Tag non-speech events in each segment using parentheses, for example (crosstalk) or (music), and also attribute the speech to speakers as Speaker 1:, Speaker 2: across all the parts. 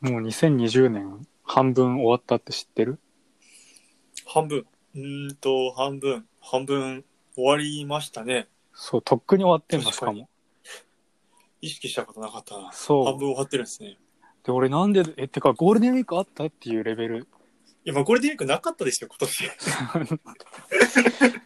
Speaker 1: もう2020年半分終わったって知ってる
Speaker 2: 半分。うーんと、半分。半分終わりましたね。
Speaker 1: そう、とっくに終わってんの、し
Speaker 2: 確
Speaker 1: か
Speaker 2: かに
Speaker 1: も。
Speaker 2: 意識したことなかったな。半分
Speaker 1: そ
Speaker 2: 終わってるんですね。
Speaker 1: う。で、俺なんで、え、ってか、ゴールデンウィークあったっていうレベル。 (laughs)
Speaker 2: いや、まあ、ゴールデンウィークなかったですよ、今年。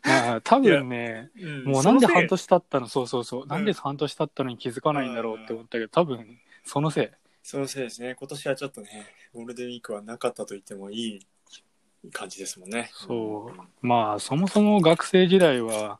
Speaker 1: まあ、多分ね、
Speaker 2: うん
Speaker 1: もうなんで半
Speaker 2: その
Speaker 1: 年経ったの、そうそうそう。なんで半年経ったのに気づかないんだろうって思ったけど、多分、そのせい。
Speaker 2: せいそのせいですね。今年はちょっとね、ゴールデンウィークはなかったと言ってもいい感じですもんね。
Speaker 1: そうまあそもそも学生時代は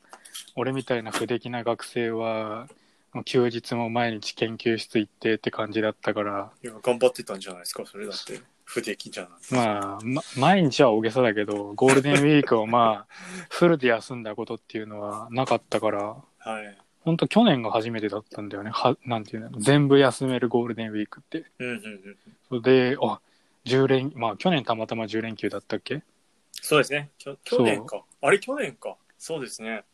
Speaker 1: 俺みたいな不出来な学生はもう休日も毎日研究室行ってって感じだったから
Speaker 2: いや、頑張ってたんじゃないですか、それだって。不出来じゃないですか。
Speaker 1: まあ、ま、毎日は大げさだけどゴールデンウィークをま
Speaker 2: (laughs)
Speaker 1: あフルで休んだことっていうのはなかったから
Speaker 2: はい。
Speaker 1: ほんと去年が初めてだったんだよねはなんていうの全部休めるゴールデンウィークって
Speaker 2: うんうんうん。
Speaker 1: それであ10連まあ去年たまたま10連休だったっけ
Speaker 2: そうですね。きょ去年か。あれ、去年か。そうですね。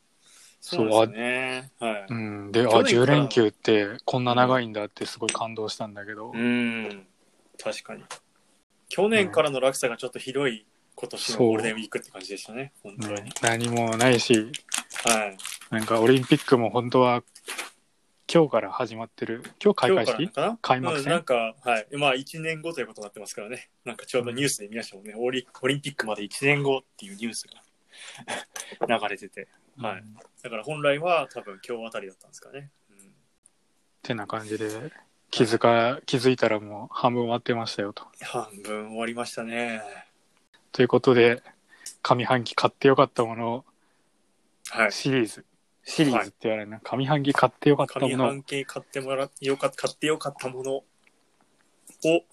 Speaker 1: そう
Speaker 2: そうですね。はい。
Speaker 1: うんであ
Speaker 2: 去年から
Speaker 1: 10連休ってこんな長いんだってすごい感動したんだけど、
Speaker 2: うん。確かに。去年からの落差がちょっと広い今年の
Speaker 1: そう
Speaker 2: ゴールデンウィークって感じでしたね。本当に。
Speaker 1: ね何もないし
Speaker 2: はい。
Speaker 1: なんかオリンピックも本当は今日から始まってる今日開
Speaker 2: 今日
Speaker 1: 会
Speaker 2: から
Speaker 1: 式
Speaker 2: かな
Speaker 1: 開幕戦
Speaker 2: うん、なんか、はい。まあ、1年後ということになってますからね。なんかちょうどニュースで見ましたもんね。オリオリンピックまで1年後っていうニュースが (laughs) 流れてて。はい
Speaker 1: うんっ
Speaker 2: だから本来は多分今日あたりだったんですかね。うん
Speaker 1: てな感じで気づか気づいたらもう半分終わってましたよと
Speaker 2: 半分終わりましたね。
Speaker 1: ということで上半期買ってよかったもの
Speaker 2: はい。
Speaker 1: シリーズシリーズって言われるな、上半期買ってよかったも
Speaker 2: 上
Speaker 1: の
Speaker 2: 半期買ってもらよか買ってよかったものを語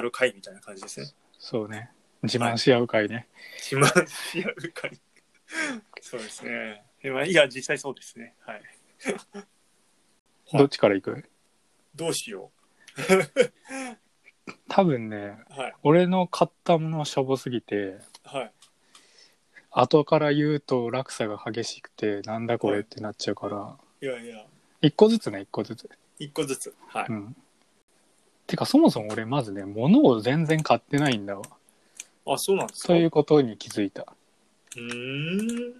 Speaker 2: る会みたいな感じですね。
Speaker 1: そうね自慢し合う会ね、
Speaker 2: 自慢し合う会。そうですね。いやいや、実際そうですね。はい。はい
Speaker 1: どっちから行く
Speaker 2: どうしよ
Speaker 1: 多分ね
Speaker 2: う。はい。
Speaker 1: 俺の買ったものはしょぼすぎて
Speaker 2: はい。
Speaker 1: 後から言うと落差が激しくてなんだこれってなっちゃうから、
Speaker 2: いやいや、
Speaker 1: 一個ずつね一個ずつ
Speaker 2: 一個ずつ。はい。
Speaker 1: うんてかそもそも俺まずね物を全然買ってないんだわ
Speaker 2: あ、そうなんですか。
Speaker 1: といううことに気づいた
Speaker 2: ーん。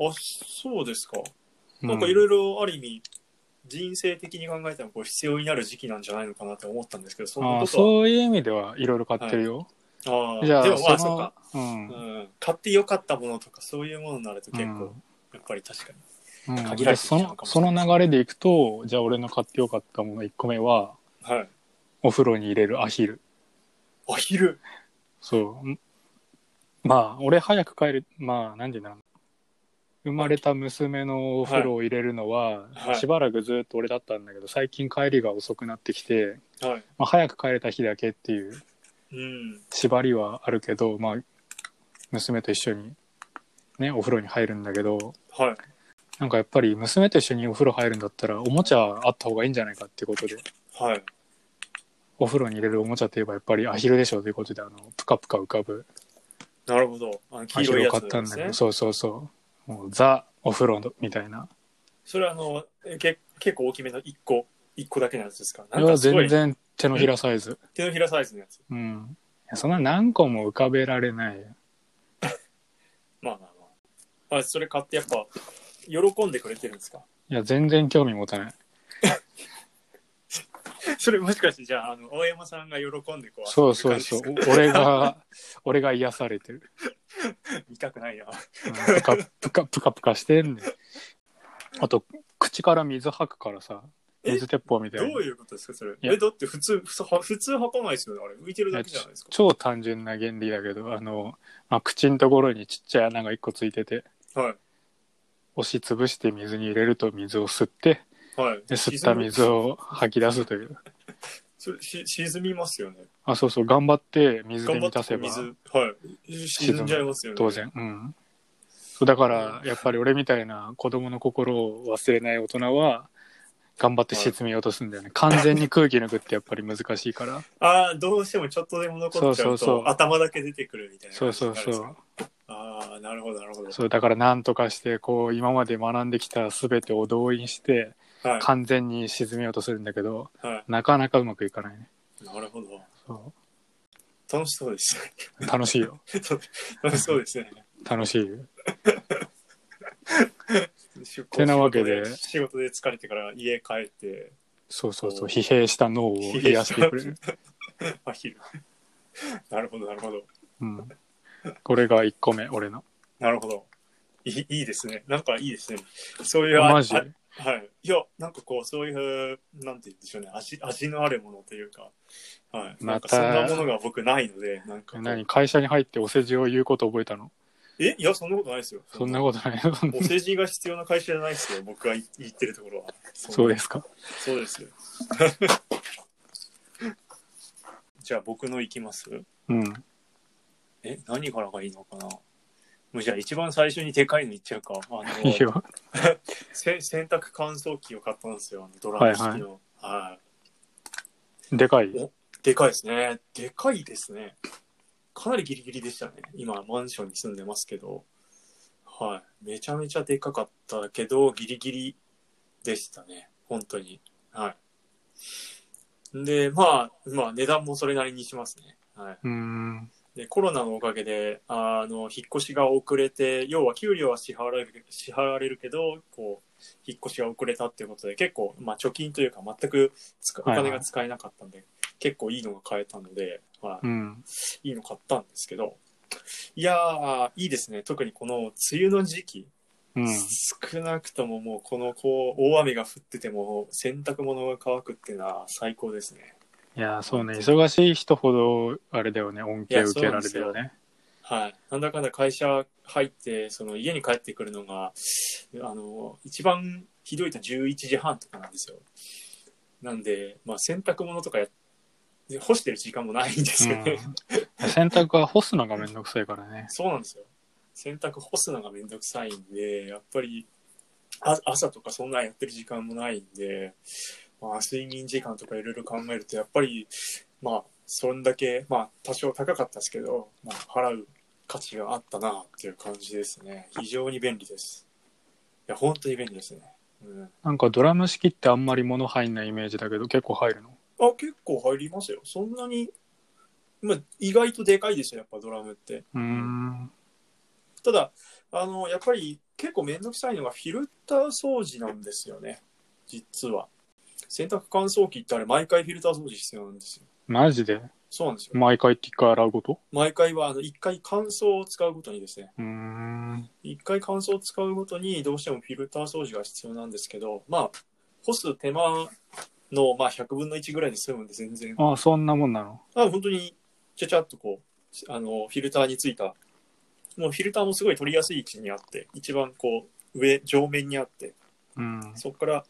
Speaker 2: あ、そうですか。
Speaker 1: う
Speaker 2: なんかいろいろある意味、人生的に考えてもこう必要になる時期なんじゃないのかなって思ったんですけど、そんな
Speaker 1: あー
Speaker 2: ことは
Speaker 1: そういう意味ではいろいろ買ってるよ、
Speaker 2: ああ、
Speaker 1: じゃあ
Speaker 2: でもまあ
Speaker 1: そ
Speaker 2: そう
Speaker 1: の
Speaker 2: か、
Speaker 1: うん
Speaker 2: うん、買ってよかったものとかそういうものになると結構、
Speaker 1: うん
Speaker 2: やっぱり確かに
Speaker 1: うん
Speaker 2: 限られてきち
Speaker 1: そ
Speaker 2: ゃうの
Speaker 1: の
Speaker 2: かもし
Speaker 1: そ
Speaker 2: れない
Speaker 1: の流れでいくとじゃあ俺の買ってよかったもの1個目は
Speaker 2: はい
Speaker 1: お風呂に入れるアヒル
Speaker 2: お昼
Speaker 1: そうんまあ俺早く帰るまあ何て言うんだろう生まれた娘のお風呂を入れるのは、
Speaker 2: はい
Speaker 1: しばらくずっと俺だったんだけど最近帰りが遅くなってきて、
Speaker 2: はい
Speaker 1: まあ、早く帰れた日だけっていう
Speaker 2: うん
Speaker 1: 縛りはあるけど、まあ、娘と一緒に、ね、お風呂に入るんだけど
Speaker 2: はい
Speaker 1: なんかやっぱり娘と一緒にお風呂入るんだったらおもちゃあった方がいいんじゃないかってことで
Speaker 2: はい
Speaker 1: お風呂に入れるおもちゃといえばやっぱりアヒルでしょということであのプカプカ浮かぶ
Speaker 2: なるほどあの
Speaker 1: ア
Speaker 2: 黄
Speaker 1: ヒ
Speaker 2: 色
Speaker 1: ル
Speaker 2: い
Speaker 1: を
Speaker 2: や
Speaker 1: 買
Speaker 2: つ
Speaker 1: ったんだ
Speaker 2: です
Speaker 1: けど、
Speaker 2: ねそ
Speaker 1: そうそうそうもうザお風呂のみたいな
Speaker 2: れはあのえけ結構大きめの1個1個だけのやつですか
Speaker 1: あ
Speaker 2: な
Speaker 1: れ
Speaker 2: ん
Speaker 1: は
Speaker 2: かすご
Speaker 1: 全
Speaker 2: い
Speaker 1: 然手のひらサイズ
Speaker 2: 手のひらサイズのやつ
Speaker 1: うんいやそんな何個も浮かべられない
Speaker 2: まあまあまああそれ買ってやっぱ喜んでくれてるんですか (laughs)
Speaker 1: いや全然興味持たない
Speaker 2: それもしかしてじゃああの大山さんが喜んでこう
Speaker 1: そうそうそう
Speaker 2: 遊んでる
Speaker 1: お
Speaker 2: 感じで
Speaker 1: 俺が俺が癒されてる
Speaker 2: すか見たくないな
Speaker 1: うんプカプカプカプカしてんねんあと口から水吐くからさ
Speaker 2: え
Speaker 1: 水鉄砲みたい
Speaker 2: ど
Speaker 1: な
Speaker 2: ういうことですかそれ
Speaker 1: や
Speaker 2: えだって普通ふそ普通吐かないですよねあれ浮いてる
Speaker 1: い
Speaker 2: だ
Speaker 1: や
Speaker 2: けじゃないです
Speaker 1: ち
Speaker 2: か
Speaker 1: 超単純な原理だけどあの、まあ、口のところにちっちゃい穴が一個ついてて
Speaker 2: はい
Speaker 1: 押しつぶして水に入れると水を吸って
Speaker 2: はい。
Speaker 1: で吸った水
Speaker 2: 沈む。
Speaker 1: を吐き出すという
Speaker 2: それし沈みますよね。
Speaker 1: あそうそう頑張って水で
Speaker 2: 頑張
Speaker 1: 満
Speaker 2: ったて
Speaker 1: せば
Speaker 2: 水、はい。沈んじゃいますよね。
Speaker 1: 当。然うんそうだからやっぱり俺みたいな子供の心を忘れない大人は頑張って沈めようとするんだよね、完全に空気抜くってやっぱり難しい
Speaker 2: (laughs)
Speaker 1: から
Speaker 2: ああ、どうしてもちょっとでも残っちゃうと
Speaker 1: そうそうそう
Speaker 2: 頭だけ出てくるみたいな
Speaker 1: そ
Speaker 2: 感
Speaker 1: う
Speaker 2: じ
Speaker 1: そう
Speaker 2: になるんです
Speaker 1: そ
Speaker 2: か。
Speaker 1: う
Speaker 2: ああ、なるほど、なるほど。
Speaker 1: そうだからなんとかしてこう今まで学んできた全てを動員して
Speaker 2: はい。
Speaker 1: 完全に沈めようとするんだけど
Speaker 2: は
Speaker 1: なかなかうまくいかないね
Speaker 2: い。なるほど。
Speaker 1: そ
Speaker 2: 楽しそうです。
Speaker 1: う楽しいよ
Speaker 2: (laughs) 楽しそうですね。
Speaker 1: 楽しいよ
Speaker 2: 出
Speaker 1: (laughs) てなわけで
Speaker 2: 仕事で疲れてから家帰って、
Speaker 1: そうそうそう
Speaker 2: お
Speaker 1: 疲弊した脳を癒やしてくれる、
Speaker 2: まあ、昼。 (laughs) なるほど、なるほど。
Speaker 1: うん、これが1個目俺の
Speaker 2: なるほど。いいいいですね。なんかいいですね。そういう、あ
Speaker 1: マジ
Speaker 2: あはい。いや、なんかこう、そういう、なんて言うんでしょうね。味味のあるものというか、はい。なんかそんな
Speaker 1: また
Speaker 2: ものが僕ないので、なんかこう
Speaker 1: 何会社に入ってお世辞を言うこと覚えたの
Speaker 2: えいや、そんなことないですよ。
Speaker 1: そんなことない
Speaker 2: お世辞が必要な会社じゃないですよ。僕がい言ってるところは。。
Speaker 1: そうですすか
Speaker 2: そうですよ。 (laughs) じゃあ僕の行きます
Speaker 1: うん
Speaker 2: え、何からがいいのかなもうじゃあ一番最初にでかいのいっちゃうか。あの
Speaker 1: (laughs) いいよ
Speaker 2: せ洗濯乾燥機を買ったんですよ、あのドラム式の。はい、
Speaker 1: でかい
Speaker 2: でかいですね。でかいですね。かなりギリギリでしたね。今、マンションに住んでますけど。はい。めちゃめちゃでかかったけど、ギリギリでしたね。本当に。はい。で、まあ、まあ、値段もそれなりにしますね。はい。
Speaker 1: うーん
Speaker 2: でコロナのおかげであの引っ越しが遅れて要は給料は支払われる支払われるけどこう引っ越しが遅れたっていうことで結構、まあ、貯金というか全くつかお
Speaker 1: はいはい
Speaker 2: 金が使えなかったんで、結構いいのが買えたので、まあ、
Speaker 1: うん
Speaker 2: いいの買ったんですけどいやーいいですね特にこの梅雨の時期、
Speaker 1: うん
Speaker 2: 少なくとももうこのこう大雨が降ってても洗濯物が乾くっていうのは最高ですね
Speaker 1: いやそうね忙しい人ほどあれだよね恩恵受けられるよね
Speaker 2: はい。なんだかんだ会社入って、その家に帰ってくるのが、あの、一番ひどいと11時半とかなんですよ。なんで、まあ洗濯物とかやで干してる時間もないんですよね。
Speaker 1: うん、洗濯は干すのがめんどくさいから
Speaker 2: (laughs)
Speaker 1: ね
Speaker 2: そうなんですよ。洗濯干すのがめんどくさいんで、やっぱりあ朝とかそんなやってる時間もないんで、まあ、睡眠時間とかいろいろ考えると、やっぱり、まあ、そんだけ、まあ、多少高かったですけど、まあ、払う価値があったなっていう感じですね。非常に便利です。いや、本当に便利ですね。うん。
Speaker 1: なんかドラム式ってあんまり物入んないイメージだけど結構入るの
Speaker 2: あ、結構入りますよ。そんなに、まあ、意外とでかいですよ、やっぱドラムって。
Speaker 1: うーん
Speaker 2: ただあのやっぱり結構めんどくさいのがフィルター掃除なんですよね実は洗濯乾燥機ってあれ毎回フィルター掃除必要なんですよ
Speaker 1: マジで
Speaker 2: そうなんですよ
Speaker 1: 毎回一回洗うこと
Speaker 2: 毎回はあの1回乾燥を使うごとにですね
Speaker 1: うーん
Speaker 2: 1回乾燥を使うごとにどうしてもフィルター掃除が必要なんですけどまあ干す手間の、まあ、100分の1ぐらいに済むんで全然
Speaker 1: あそんなもんなの
Speaker 2: あ本当にちゃちゃっとこうあのフィルターについたもうフィルターもすごい取りやすい位置にあって一番こう上上面にあって
Speaker 1: うん
Speaker 2: そこから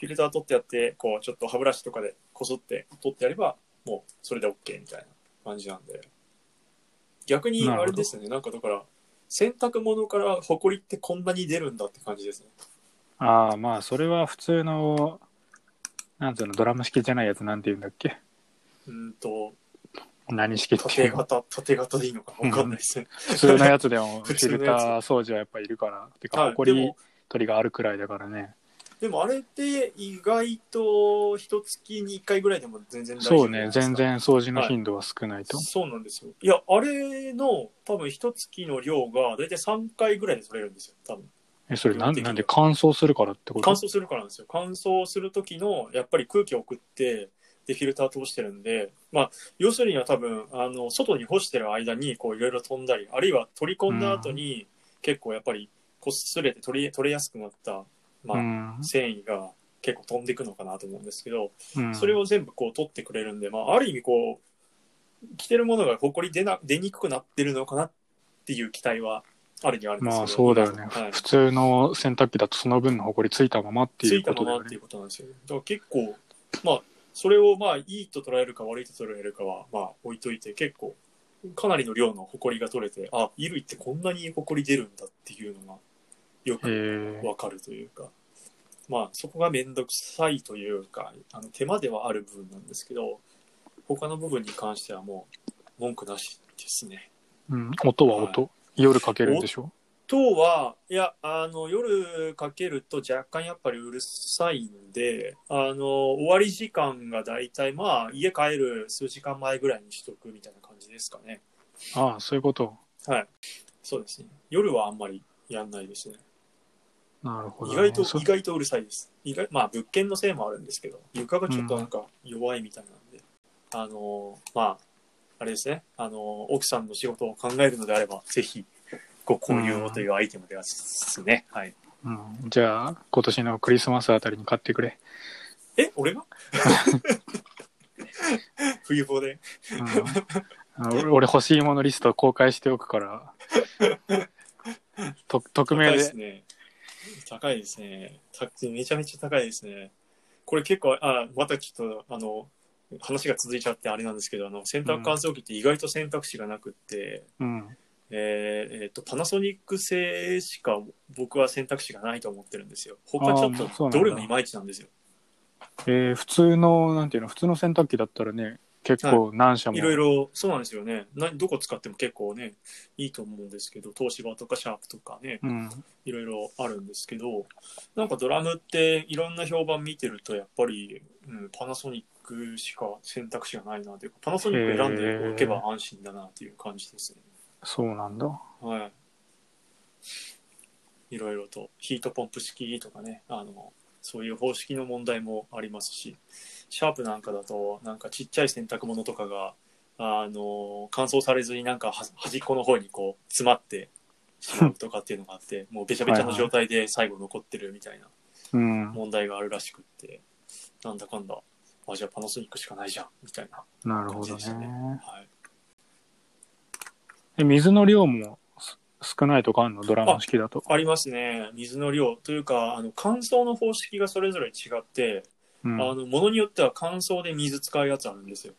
Speaker 2: フィルター取ってやって、こう、ちょっと歯ブラシとかでこすって取ってやれば、もうそれで OK みたいな感じなんで。逆に
Speaker 1: なる
Speaker 2: あ
Speaker 1: ほど
Speaker 2: れですね、なんかだから、洗濯物からホコリってこんなに出るんだって感じですね。
Speaker 1: ああまあそれは普通のなんていうのドラム式じゃないやつなんて言うんだっけ
Speaker 2: うーんと、
Speaker 1: 何式ってい
Speaker 2: 縦
Speaker 1: うの
Speaker 2: 型、縦型でいいのかわかんないですね。
Speaker 1: 普通のやつでもフ
Speaker 2: (laughs) 普通
Speaker 1: ィ
Speaker 2: のや
Speaker 1: ル
Speaker 2: つ
Speaker 1: ター掃除はやっぱいるからてか
Speaker 2: はい
Speaker 1: 埃
Speaker 2: でも
Speaker 1: 取りがあるくらいだからね
Speaker 2: でもあれって意外と一月に1回ぐらいでも全然大丈夫
Speaker 1: そうね
Speaker 2: じゃない
Speaker 1: 全
Speaker 2: ですか
Speaker 1: 然掃除の頻度は少ないと、
Speaker 2: そうなんですよ。いや、あれの多分一月の量が大体3回ぐらいで取れるんですよ、多分。
Speaker 1: えそれなん
Speaker 2: 基本的には
Speaker 1: なんで乾燥するからってこと
Speaker 2: 乾燥するからなんですよ乾燥する時のやっぱり空気を送ってでフィルター通してるんでまあ要するには多分あの外に干してる間にこういろいろ飛んだりあるいは取り込んだ後に結構やっぱりこすれて取り取れやすくなった、まあ
Speaker 1: うん
Speaker 2: 繊維が結構飛んでいくのかなと思うんですけど
Speaker 1: うん、
Speaker 2: それを全部こう取ってくれるんで、まあ、ある意味こう着てるものが埃出な出にくくなってるのかなっていう期待はあるにはあるんですけど
Speaker 1: まあそうだよね、
Speaker 2: はい
Speaker 1: 普通の洗濯機だとその分の埃ついたままって
Speaker 2: つ
Speaker 1: いう
Speaker 2: いた
Speaker 1: こと
Speaker 2: ま
Speaker 1: だ
Speaker 2: ま
Speaker 1: よ
Speaker 2: って
Speaker 1: ね
Speaker 2: いうことなんですよ。だから結構、まあ、それをまあ、いいと捉えるか悪いと捉えるかは、まあ、置いといて、結構、かなりの量の埃が取れて、あ、衣類ってこんなに埃出るんだっていうのが、よく
Speaker 1: えー
Speaker 2: わかるというか、まあ、そこがめんどくさいというか、あの手間ではある部分なんですけど、他の部分に関してはもう、文句なしですね。
Speaker 1: うん、音は音、夜かけるんでしょ
Speaker 2: とは、いや、あの、夜かけると若干やっぱりうるさいんで、あの、終わり時間がだいたいまあ、家帰る数時間前ぐらいにしとくみたいな感じですかね。
Speaker 1: ああ、そういうこと。
Speaker 2: はい。そうですね。夜はあんまりやんないですね。
Speaker 1: なるほど
Speaker 2: 意
Speaker 1: ね、
Speaker 2: 外と、
Speaker 1: そ
Speaker 2: 意外とうるさいです。意外、まあ、物件のせいもあるんですけど、床がちょっとなんか弱いみたいなんで、あの、まあ、あれですね、あの、奥さんの仕事を考えるのであれば、ぜひ、ご購入をというアイテムですね。はい。
Speaker 1: うん、じゃあ、今年のクリスマスあたりに買ってくれ。
Speaker 2: え、俺が (laughs) 冬棒で。
Speaker 1: うん
Speaker 2: (laughs)
Speaker 1: あの、俺俺欲しいものリスト公開しておくから。と匿
Speaker 2: 高い
Speaker 1: 名
Speaker 2: で。
Speaker 1: です
Speaker 2: ね。高いですね。ためちゃめちゃ高いですね。これ結構、あ、またちょっと、あの、話が続いちゃってあれなんですけど、あの、洗濯乾燥機って意外と選択肢がなくって、
Speaker 1: うん。
Speaker 2: えーえーと、パナソニック製しか僕は選択肢がないと思ってるんですよ。他ちょ
Speaker 1: あー
Speaker 2: っ
Speaker 1: そうな
Speaker 2: と、
Speaker 1: んだ
Speaker 2: どれもいまいちなんですよ。
Speaker 1: えー普通の、なんていうの、普通の洗濯機だったらね、結構何社も。
Speaker 2: いろいろ、そうなんですよね。などこ使っても結構ね、いいと思うんですけど、東芝とかシャープとかね、
Speaker 1: うん。
Speaker 2: いろいろあるんですけど、なんかドラムっていろんな評判見てると、やっぱり、うん、パナソニックしか選択肢がないなというか、パナソニック選んでおけば安心だなという感じですね。
Speaker 1: そうなんだ。
Speaker 2: はい。いろいろと、ヒートポンプ式とかね、あの、そういう方式の問題もありますし、シャープなんかだと、なんかちっちゃい洗濯物とかが、あの、乾燥されずになんかは端っこの方にこう、詰まってしまうとかっていうのがあって、もうべちゃべちゃの状態で最後残ってるみたいな
Speaker 1: うん。
Speaker 2: 問題があるらしくって、なんだかんだ、あ、じゃあパナソニックしかないじゃん、みたいな。
Speaker 1: なるほど
Speaker 2: 感じでした
Speaker 1: ね。
Speaker 2: はい。
Speaker 1: え水の量もす少ないとかあるのドラマ式だと。
Speaker 2: ありますね。水の量というか、あの、乾燥の方式がそれぞれ違って、
Speaker 1: うん、
Speaker 2: あ
Speaker 1: へ
Speaker 2: の、ものによっては乾燥で水使うやつあるんですよ。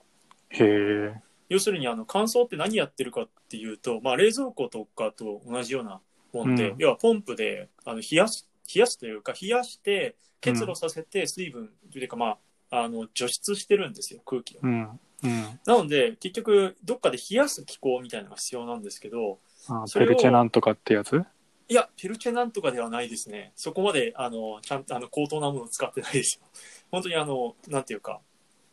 Speaker 1: え。
Speaker 2: 要するに、あの、乾燥って何やってるかっていうと、まあ、冷蔵庫とかと同じようなもんで、
Speaker 1: うん
Speaker 2: 要はポンプで、あの、冷やす、冷やすというか、冷やして、結露させて水分、というか、まあ、あの、除湿してるんですよ、空気を。
Speaker 1: うん。うん。
Speaker 2: なので、結局、どっかで冷やす気候みたいなのが必要なんですけど、
Speaker 1: あ
Speaker 2: そ
Speaker 1: ペ
Speaker 2: れを
Speaker 1: ルチェなんとかってやつ
Speaker 2: いや、ペルチェなんとかではないですね。そこまで、あの、ちゃんと、あの、高等なものを使ってないですよ。 (laughs) 本当に、あの、なんていうか、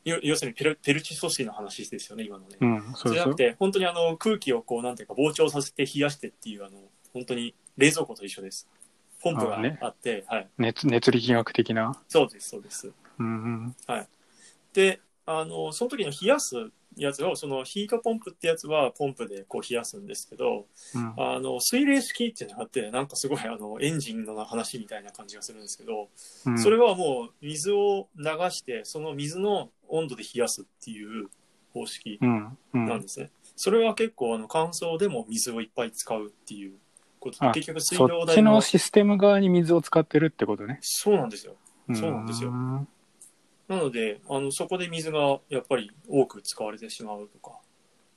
Speaker 2: よ要するにペルペルチェ組織の話ですよね、今のね。
Speaker 1: うん。そ
Speaker 2: そうれじゃ
Speaker 1: そ
Speaker 2: な
Speaker 1: う
Speaker 2: く。て、本当にあの、空気をこう、なんていうか、膨張させて冷やしてっていう、あの、本当に冷蔵庫と一緒です。ポンプが
Speaker 1: あね
Speaker 2: あって、はい。
Speaker 1: 熱熱力学的な。
Speaker 2: そうです、そうです。
Speaker 1: うんうん。
Speaker 2: で、あの、その時の冷やすやつを、そのヒートポンプってやつは、ポンプでこう冷やすんですけど、
Speaker 1: うん、
Speaker 2: あの、水冷式っていうのがあって、なんかすごいあの、エンジンの話みたいな感じがするんですけど、
Speaker 1: うん
Speaker 2: それはもう水を流して、その水の温度で冷やすっていう方式
Speaker 1: うん。う
Speaker 2: なん
Speaker 1: ん。
Speaker 2: ですね。それは結構あの、乾燥でも水をいっぱい使うっていうこと
Speaker 1: あ
Speaker 2: で、結局水
Speaker 1: そ
Speaker 2: 道
Speaker 1: っ
Speaker 2: 代
Speaker 1: ち
Speaker 2: も
Speaker 1: の。システム側に水を使ってるってことね。
Speaker 2: そうなんですよ。そうなんですよ
Speaker 1: うん
Speaker 2: なので、あの、そこで水がやっぱり多く使われてしまうとか、っ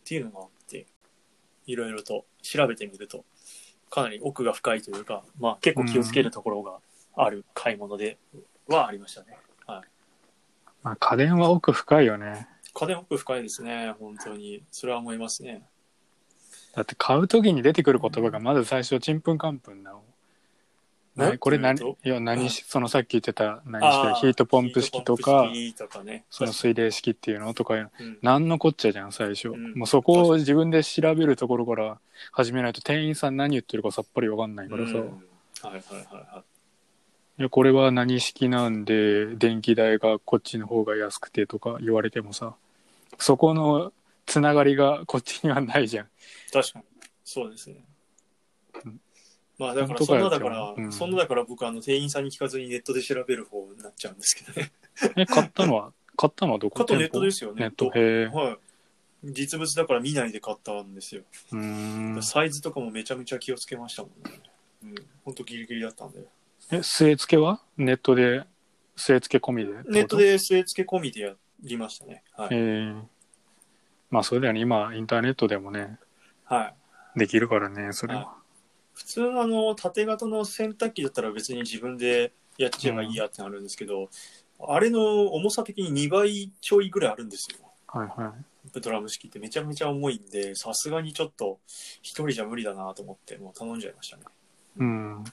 Speaker 2: ていうのがあって、いろいろと調べてみると、かなり奥が深いというか、まあ結構気をつけるところがある買い物ではありましたね。
Speaker 1: まあ、家電は奥深いよね。
Speaker 2: 家電奥深いですね、本当に。それは思いますね。
Speaker 1: だって買う時に出てくる言葉がまず最初ちんぷんかんぷんなの。
Speaker 2: なん
Speaker 1: ね、これ何
Speaker 2: どういうこ
Speaker 1: いや何し、そのさっき言ってた何して
Speaker 2: あ
Speaker 1: る
Speaker 2: あ
Speaker 1: ヒートポンプ式と
Speaker 2: ヒート
Speaker 1: か
Speaker 2: ポンプ式とかね。
Speaker 1: その水冷式っていうのとかいうの
Speaker 2: うん
Speaker 1: 何のこっちゃじゃん最初、
Speaker 2: うん
Speaker 1: もうそこを自分で調べるところから始めないと店員さん何言ってるかさっぱりわかんないからさ、
Speaker 2: うんはいはいはいはい
Speaker 1: やこれは何式なんで電気代がこっちの方が安くてとか言われてもさそこのつながりがこっちにはないじゃん
Speaker 2: い。確かに。そうですね
Speaker 1: うん。
Speaker 2: まあだか
Speaker 1: 本
Speaker 2: ら、
Speaker 1: 当
Speaker 2: そ
Speaker 1: か
Speaker 2: ん
Speaker 1: よ
Speaker 2: なだから
Speaker 1: って思うう、ん
Speaker 2: そんなだから僕、あの、店員さんに聞かずにネットで調べる方になっちゃうんですけ
Speaker 1: (laughs)
Speaker 2: どね。
Speaker 1: え買ったの
Speaker 2: (laughs)
Speaker 1: は買ったのはどこ
Speaker 2: あとネットですすよね。
Speaker 1: ネットへえ
Speaker 2: はい。実物だから見ないで買ったんですよ。
Speaker 1: うーん
Speaker 2: サイズとかもめちゃめちゃ気をつけましたもんね。うん。ほんとギリギリだったんで。
Speaker 1: え据え付けはネットで据え付け込みでってこと
Speaker 2: ネットで据え付け込みでやりましたね。は
Speaker 1: え
Speaker 2: い。
Speaker 1: ーまあそれだよね今インターネットでもね
Speaker 2: はい。
Speaker 1: できるからねそれは、
Speaker 2: 普通のあの、縦型の洗濯機だったら別に自分でやっちゃえばいいやってなるんですけど、あれの重さ的に2倍ちょいぐらいあるんですよ。
Speaker 1: はい、はい
Speaker 2: ドラム式ってめちゃめちゃ重いんで、さすがにちょっと一人じゃ無理だなと思って、もう頼んじゃいましたね。
Speaker 1: うん。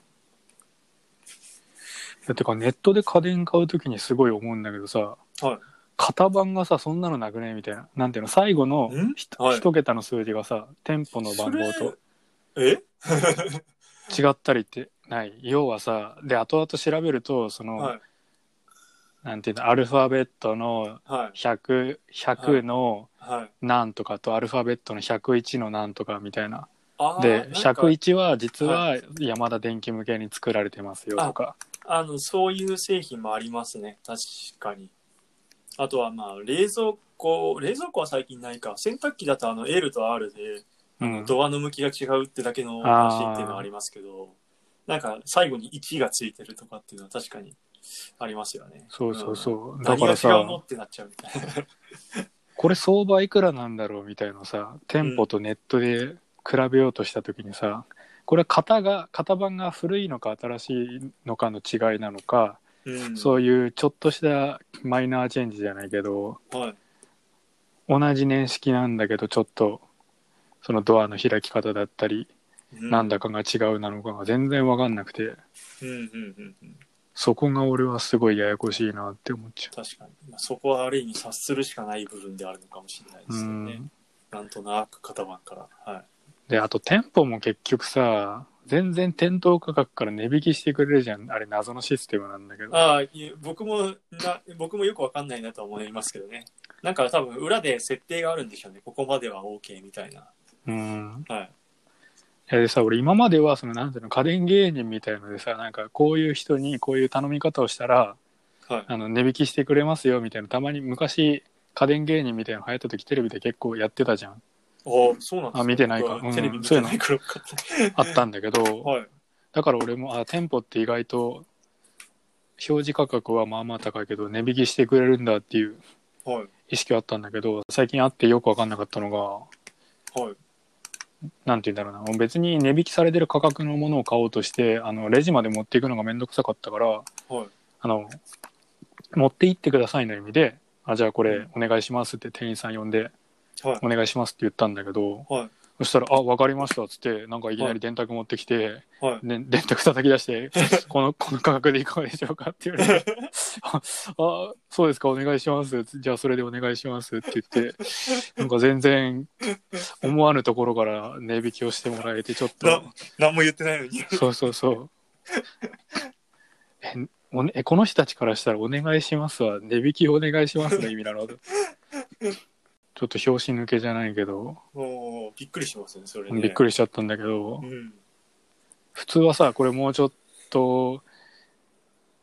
Speaker 1: だってか、ネットで家電買うときにすごい思うんだけどさ、
Speaker 2: はい
Speaker 1: 型番がさ、そんなのなくねみたいな。なんていうの、最後の
Speaker 2: ん
Speaker 1: ひと
Speaker 2: はい
Speaker 1: 一桁の数字がさ、店舗の番号と
Speaker 2: それえ
Speaker 1: 違ったりってない。要はさ、で、後々調べると、その、
Speaker 2: はい
Speaker 1: なんていうの、アルファベットの
Speaker 2: はい
Speaker 1: 100、100の
Speaker 2: はい
Speaker 1: なんとかと、アルファベットの101のなんとかみたいな。
Speaker 2: あー
Speaker 1: で、
Speaker 2: なんか
Speaker 1: 101は実は山田電機向けに作られてますよとか。
Speaker 2: あのそういう製品もありますね確かにあとはまあ冷蔵庫冷蔵庫は最近ないか洗濯機だとあの L と R で
Speaker 1: うん
Speaker 2: ドアの向きが違うってだけの話っていうのはありますけどなんか最後に1がついてるとかっていうのは確かにありますよね
Speaker 1: そうそう
Speaker 2: うん
Speaker 1: そう。だ
Speaker 2: 何
Speaker 1: か
Speaker 2: が
Speaker 1: ら
Speaker 2: 違うの
Speaker 1: さ、
Speaker 2: ってなっちゃうみたいな
Speaker 1: これ相場いくらなんだろうみたいなさ、店舗とネットで比べようとした時にさ、これは型が、型番が古いのか新しいのかの違いなのか、
Speaker 2: うん
Speaker 1: そういうちょっとしたマイナーチェンジじゃないけど、
Speaker 2: はい
Speaker 1: 同じ年式なんだけど、ちょっと、そのドアの開き方だったり、
Speaker 2: うん
Speaker 1: なんだかが違うなのかが全然わかんなくて、
Speaker 2: うんうんうんうん
Speaker 1: そこが俺はすごいややこしいなって思っちゃ
Speaker 2: 確かに、まあ、そこはある意味察するしかない部分であるのかもしれないで
Speaker 1: う。う
Speaker 2: すよね、
Speaker 1: ん。
Speaker 2: なんとなく型番からはい
Speaker 1: で、あと店舗も結局さ、全然店頭価格から値引きしてくれるじゃん。あれ謎のシステムなんだけど。
Speaker 2: ああ、いえ僕もな、僕もよくわかんないなとは思いますけどね。なんか多分裏で設定があるんでしょうね。ここまでは OK みたいな。
Speaker 1: うん。
Speaker 2: はい。
Speaker 1: えでさ、俺今まではその、なんていうの、家電芸人みたいのでさ、なんかこういう人にこういう頼み方をしたら、
Speaker 2: はい。
Speaker 1: あの、値引きしてくれますよみたいな、たまに昔、家電芸人みたいなの流行った時テレビで結構やってたじゃ
Speaker 2: (laughs)
Speaker 1: ん。
Speaker 2: おそうなんですか
Speaker 1: あ見てないか
Speaker 2: 僕
Speaker 1: う
Speaker 2: は
Speaker 1: ん
Speaker 2: テレビ見てないから分かっ
Speaker 1: あったんだけど、
Speaker 2: た。はい。
Speaker 1: だから俺も、あ、店舗って意外と、表示価格はまあまあ高いけど、値引きしてくれるんだっていう
Speaker 2: はい。
Speaker 1: 意識はあったんだけど、最近あってよくわかんなかったのが、
Speaker 2: はい。
Speaker 1: なんて言うんだろうな、もう別に値引きされてる価格のものを買おうとして、あの、レジまで持っていくのがめんどくさかったから、
Speaker 2: はい。
Speaker 1: あの、持って行ってくださいの意味で、あ、じゃあこ
Speaker 2: う
Speaker 1: れ
Speaker 2: ん
Speaker 1: お願いしますって店員さん呼んで、
Speaker 2: はい。
Speaker 1: お願いしますって言ったんだけど、
Speaker 2: はい。
Speaker 1: そしたら、あ、わかりましたっつって、なんかいきなり電卓持ってきて、
Speaker 2: はい。
Speaker 1: ね、電卓叩き出
Speaker 2: (laughs)
Speaker 1: して、この、この価格でいかがでしょうかって言われて、あ、あそうですか、お願いします。じゃあそれでお願いしますって言って、なんか全然思わぬところから値引きをしてもらえて、ちょっと
Speaker 2: な、、何も言ってないのに。
Speaker 1: そうそうそう。え、おね、えこの人たちからしたらお願いしますは、値引きお願いしますの意味
Speaker 2: (laughs)
Speaker 1: なのちょっと拍子抜けじゃないけど、
Speaker 2: もう、びっくりしますね、それね。
Speaker 1: びっく
Speaker 2: り。
Speaker 1: りしちゃったんだけど、
Speaker 2: うん。
Speaker 1: 普通はさこれもうちょっと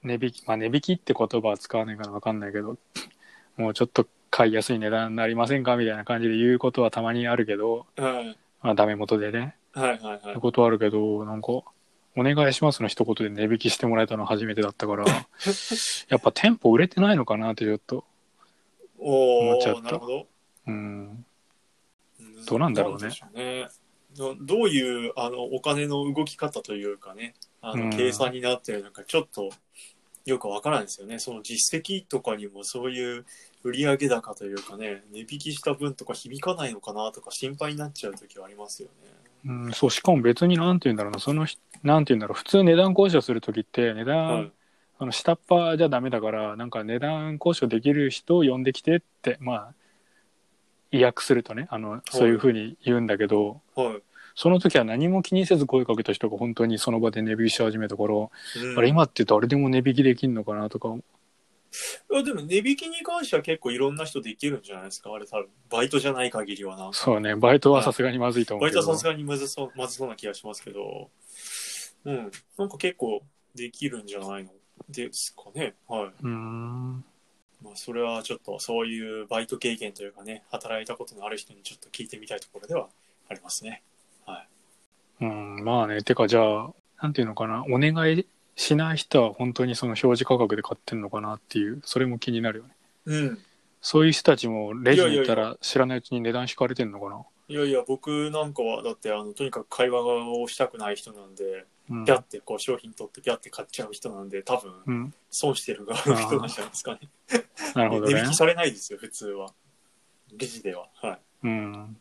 Speaker 1: 値引きまあ値引きって言葉は使わないから分かんないけど (laughs) もうちょっと買いやすい値段になりませんかみたいな感じで言うことはたまにあるけど、
Speaker 2: はい。
Speaker 1: まあ、ダメ元でね
Speaker 2: はい。はい。は
Speaker 1: っ
Speaker 2: い
Speaker 1: て。ことはあるけどなんか「お願いします」の一言で値引きしてもらえたの初めてだったから
Speaker 2: (laughs)
Speaker 1: やっぱ店舗売れてないのかなってちょっと
Speaker 2: お
Speaker 1: 思っちゃっ
Speaker 2: お
Speaker 1: た
Speaker 2: なるほど。
Speaker 1: うん
Speaker 2: ど
Speaker 1: どうなんだろうね
Speaker 2: でしょねどどういうあのお金の動き方というかねあ
Speaker 1: うん
Speaker 2: の計算になってるのかちょっとよくわからないですよねその実績とかにもそういう売上高というかね値引きした分とか響かないのかなとか心配になっちゃう時はありますよね。
Speaker 1: うんそうしかも別になんて言うんだろうなその人なんて言うんだろう普通値段交渉する時って値段、
Speaker 2: はい
Speaker 1: あの下っ端じゃダメだからなんか値段交渉できる人を呼んできてってまあ意訳するとねあのそういうふうに言うんだけど、
Speaker 2: はい
Speaker 1: その時は何も気にせず声かけた人が本当にその場で値引きし始めたから、
Speaker 2: うん
Speaker 1: あれ今って誰でも値引きできんのかなとか
Speaker 2: いやでも値引きに関しては結構いろんな人できるんじゃないですかあれ多分バイトじゃない限りはな
Speaker 1: そうねバイトはさすがにまずいと思
Speaker 2: バ
Speaker 1: う
Speaker 2: イ
Speaker 1: け
Speaker 2: ト
Speaker 1: ど
Speaker 2: はさすがにむずそう、まずそうな気がしますけど、うん、なんか結構できるんじゃないのですかね。は
Speaker 1: うーん
Speaker 2: い。まあ、それはちょっとそういうバイト経験というかね、働いたことのある人にちょっと聞いてみたいところではありますね。
Speaker 1: うんまあねてかじゃあなんていうのかなお願いしない人は本当にその表示価格で買ってんのかなっていうそれも気になるよね
Speaker 2: うん。
Speaker 1: そういう人たちもレジに行ったら知らないうちに値段引かれてんのかない
Speaker 2: やいや、僕なんかは、だって、あの、とにかく会話をしたくない人なんで、
Speaker 1: うん
Speaker 2: ピャってこう商品取ってピャって買っちゃう人なんで、多分、
Speaker 1: うん、
Speaker 2: 損してる側の人なんじゃないですかね。
Speaker 1: なるほど
Speaker 2: 値
Speaker 1: ね
Speaker 2: 引き。されないですよ、普通は。レジでは。はい。
Speaker 1: うん。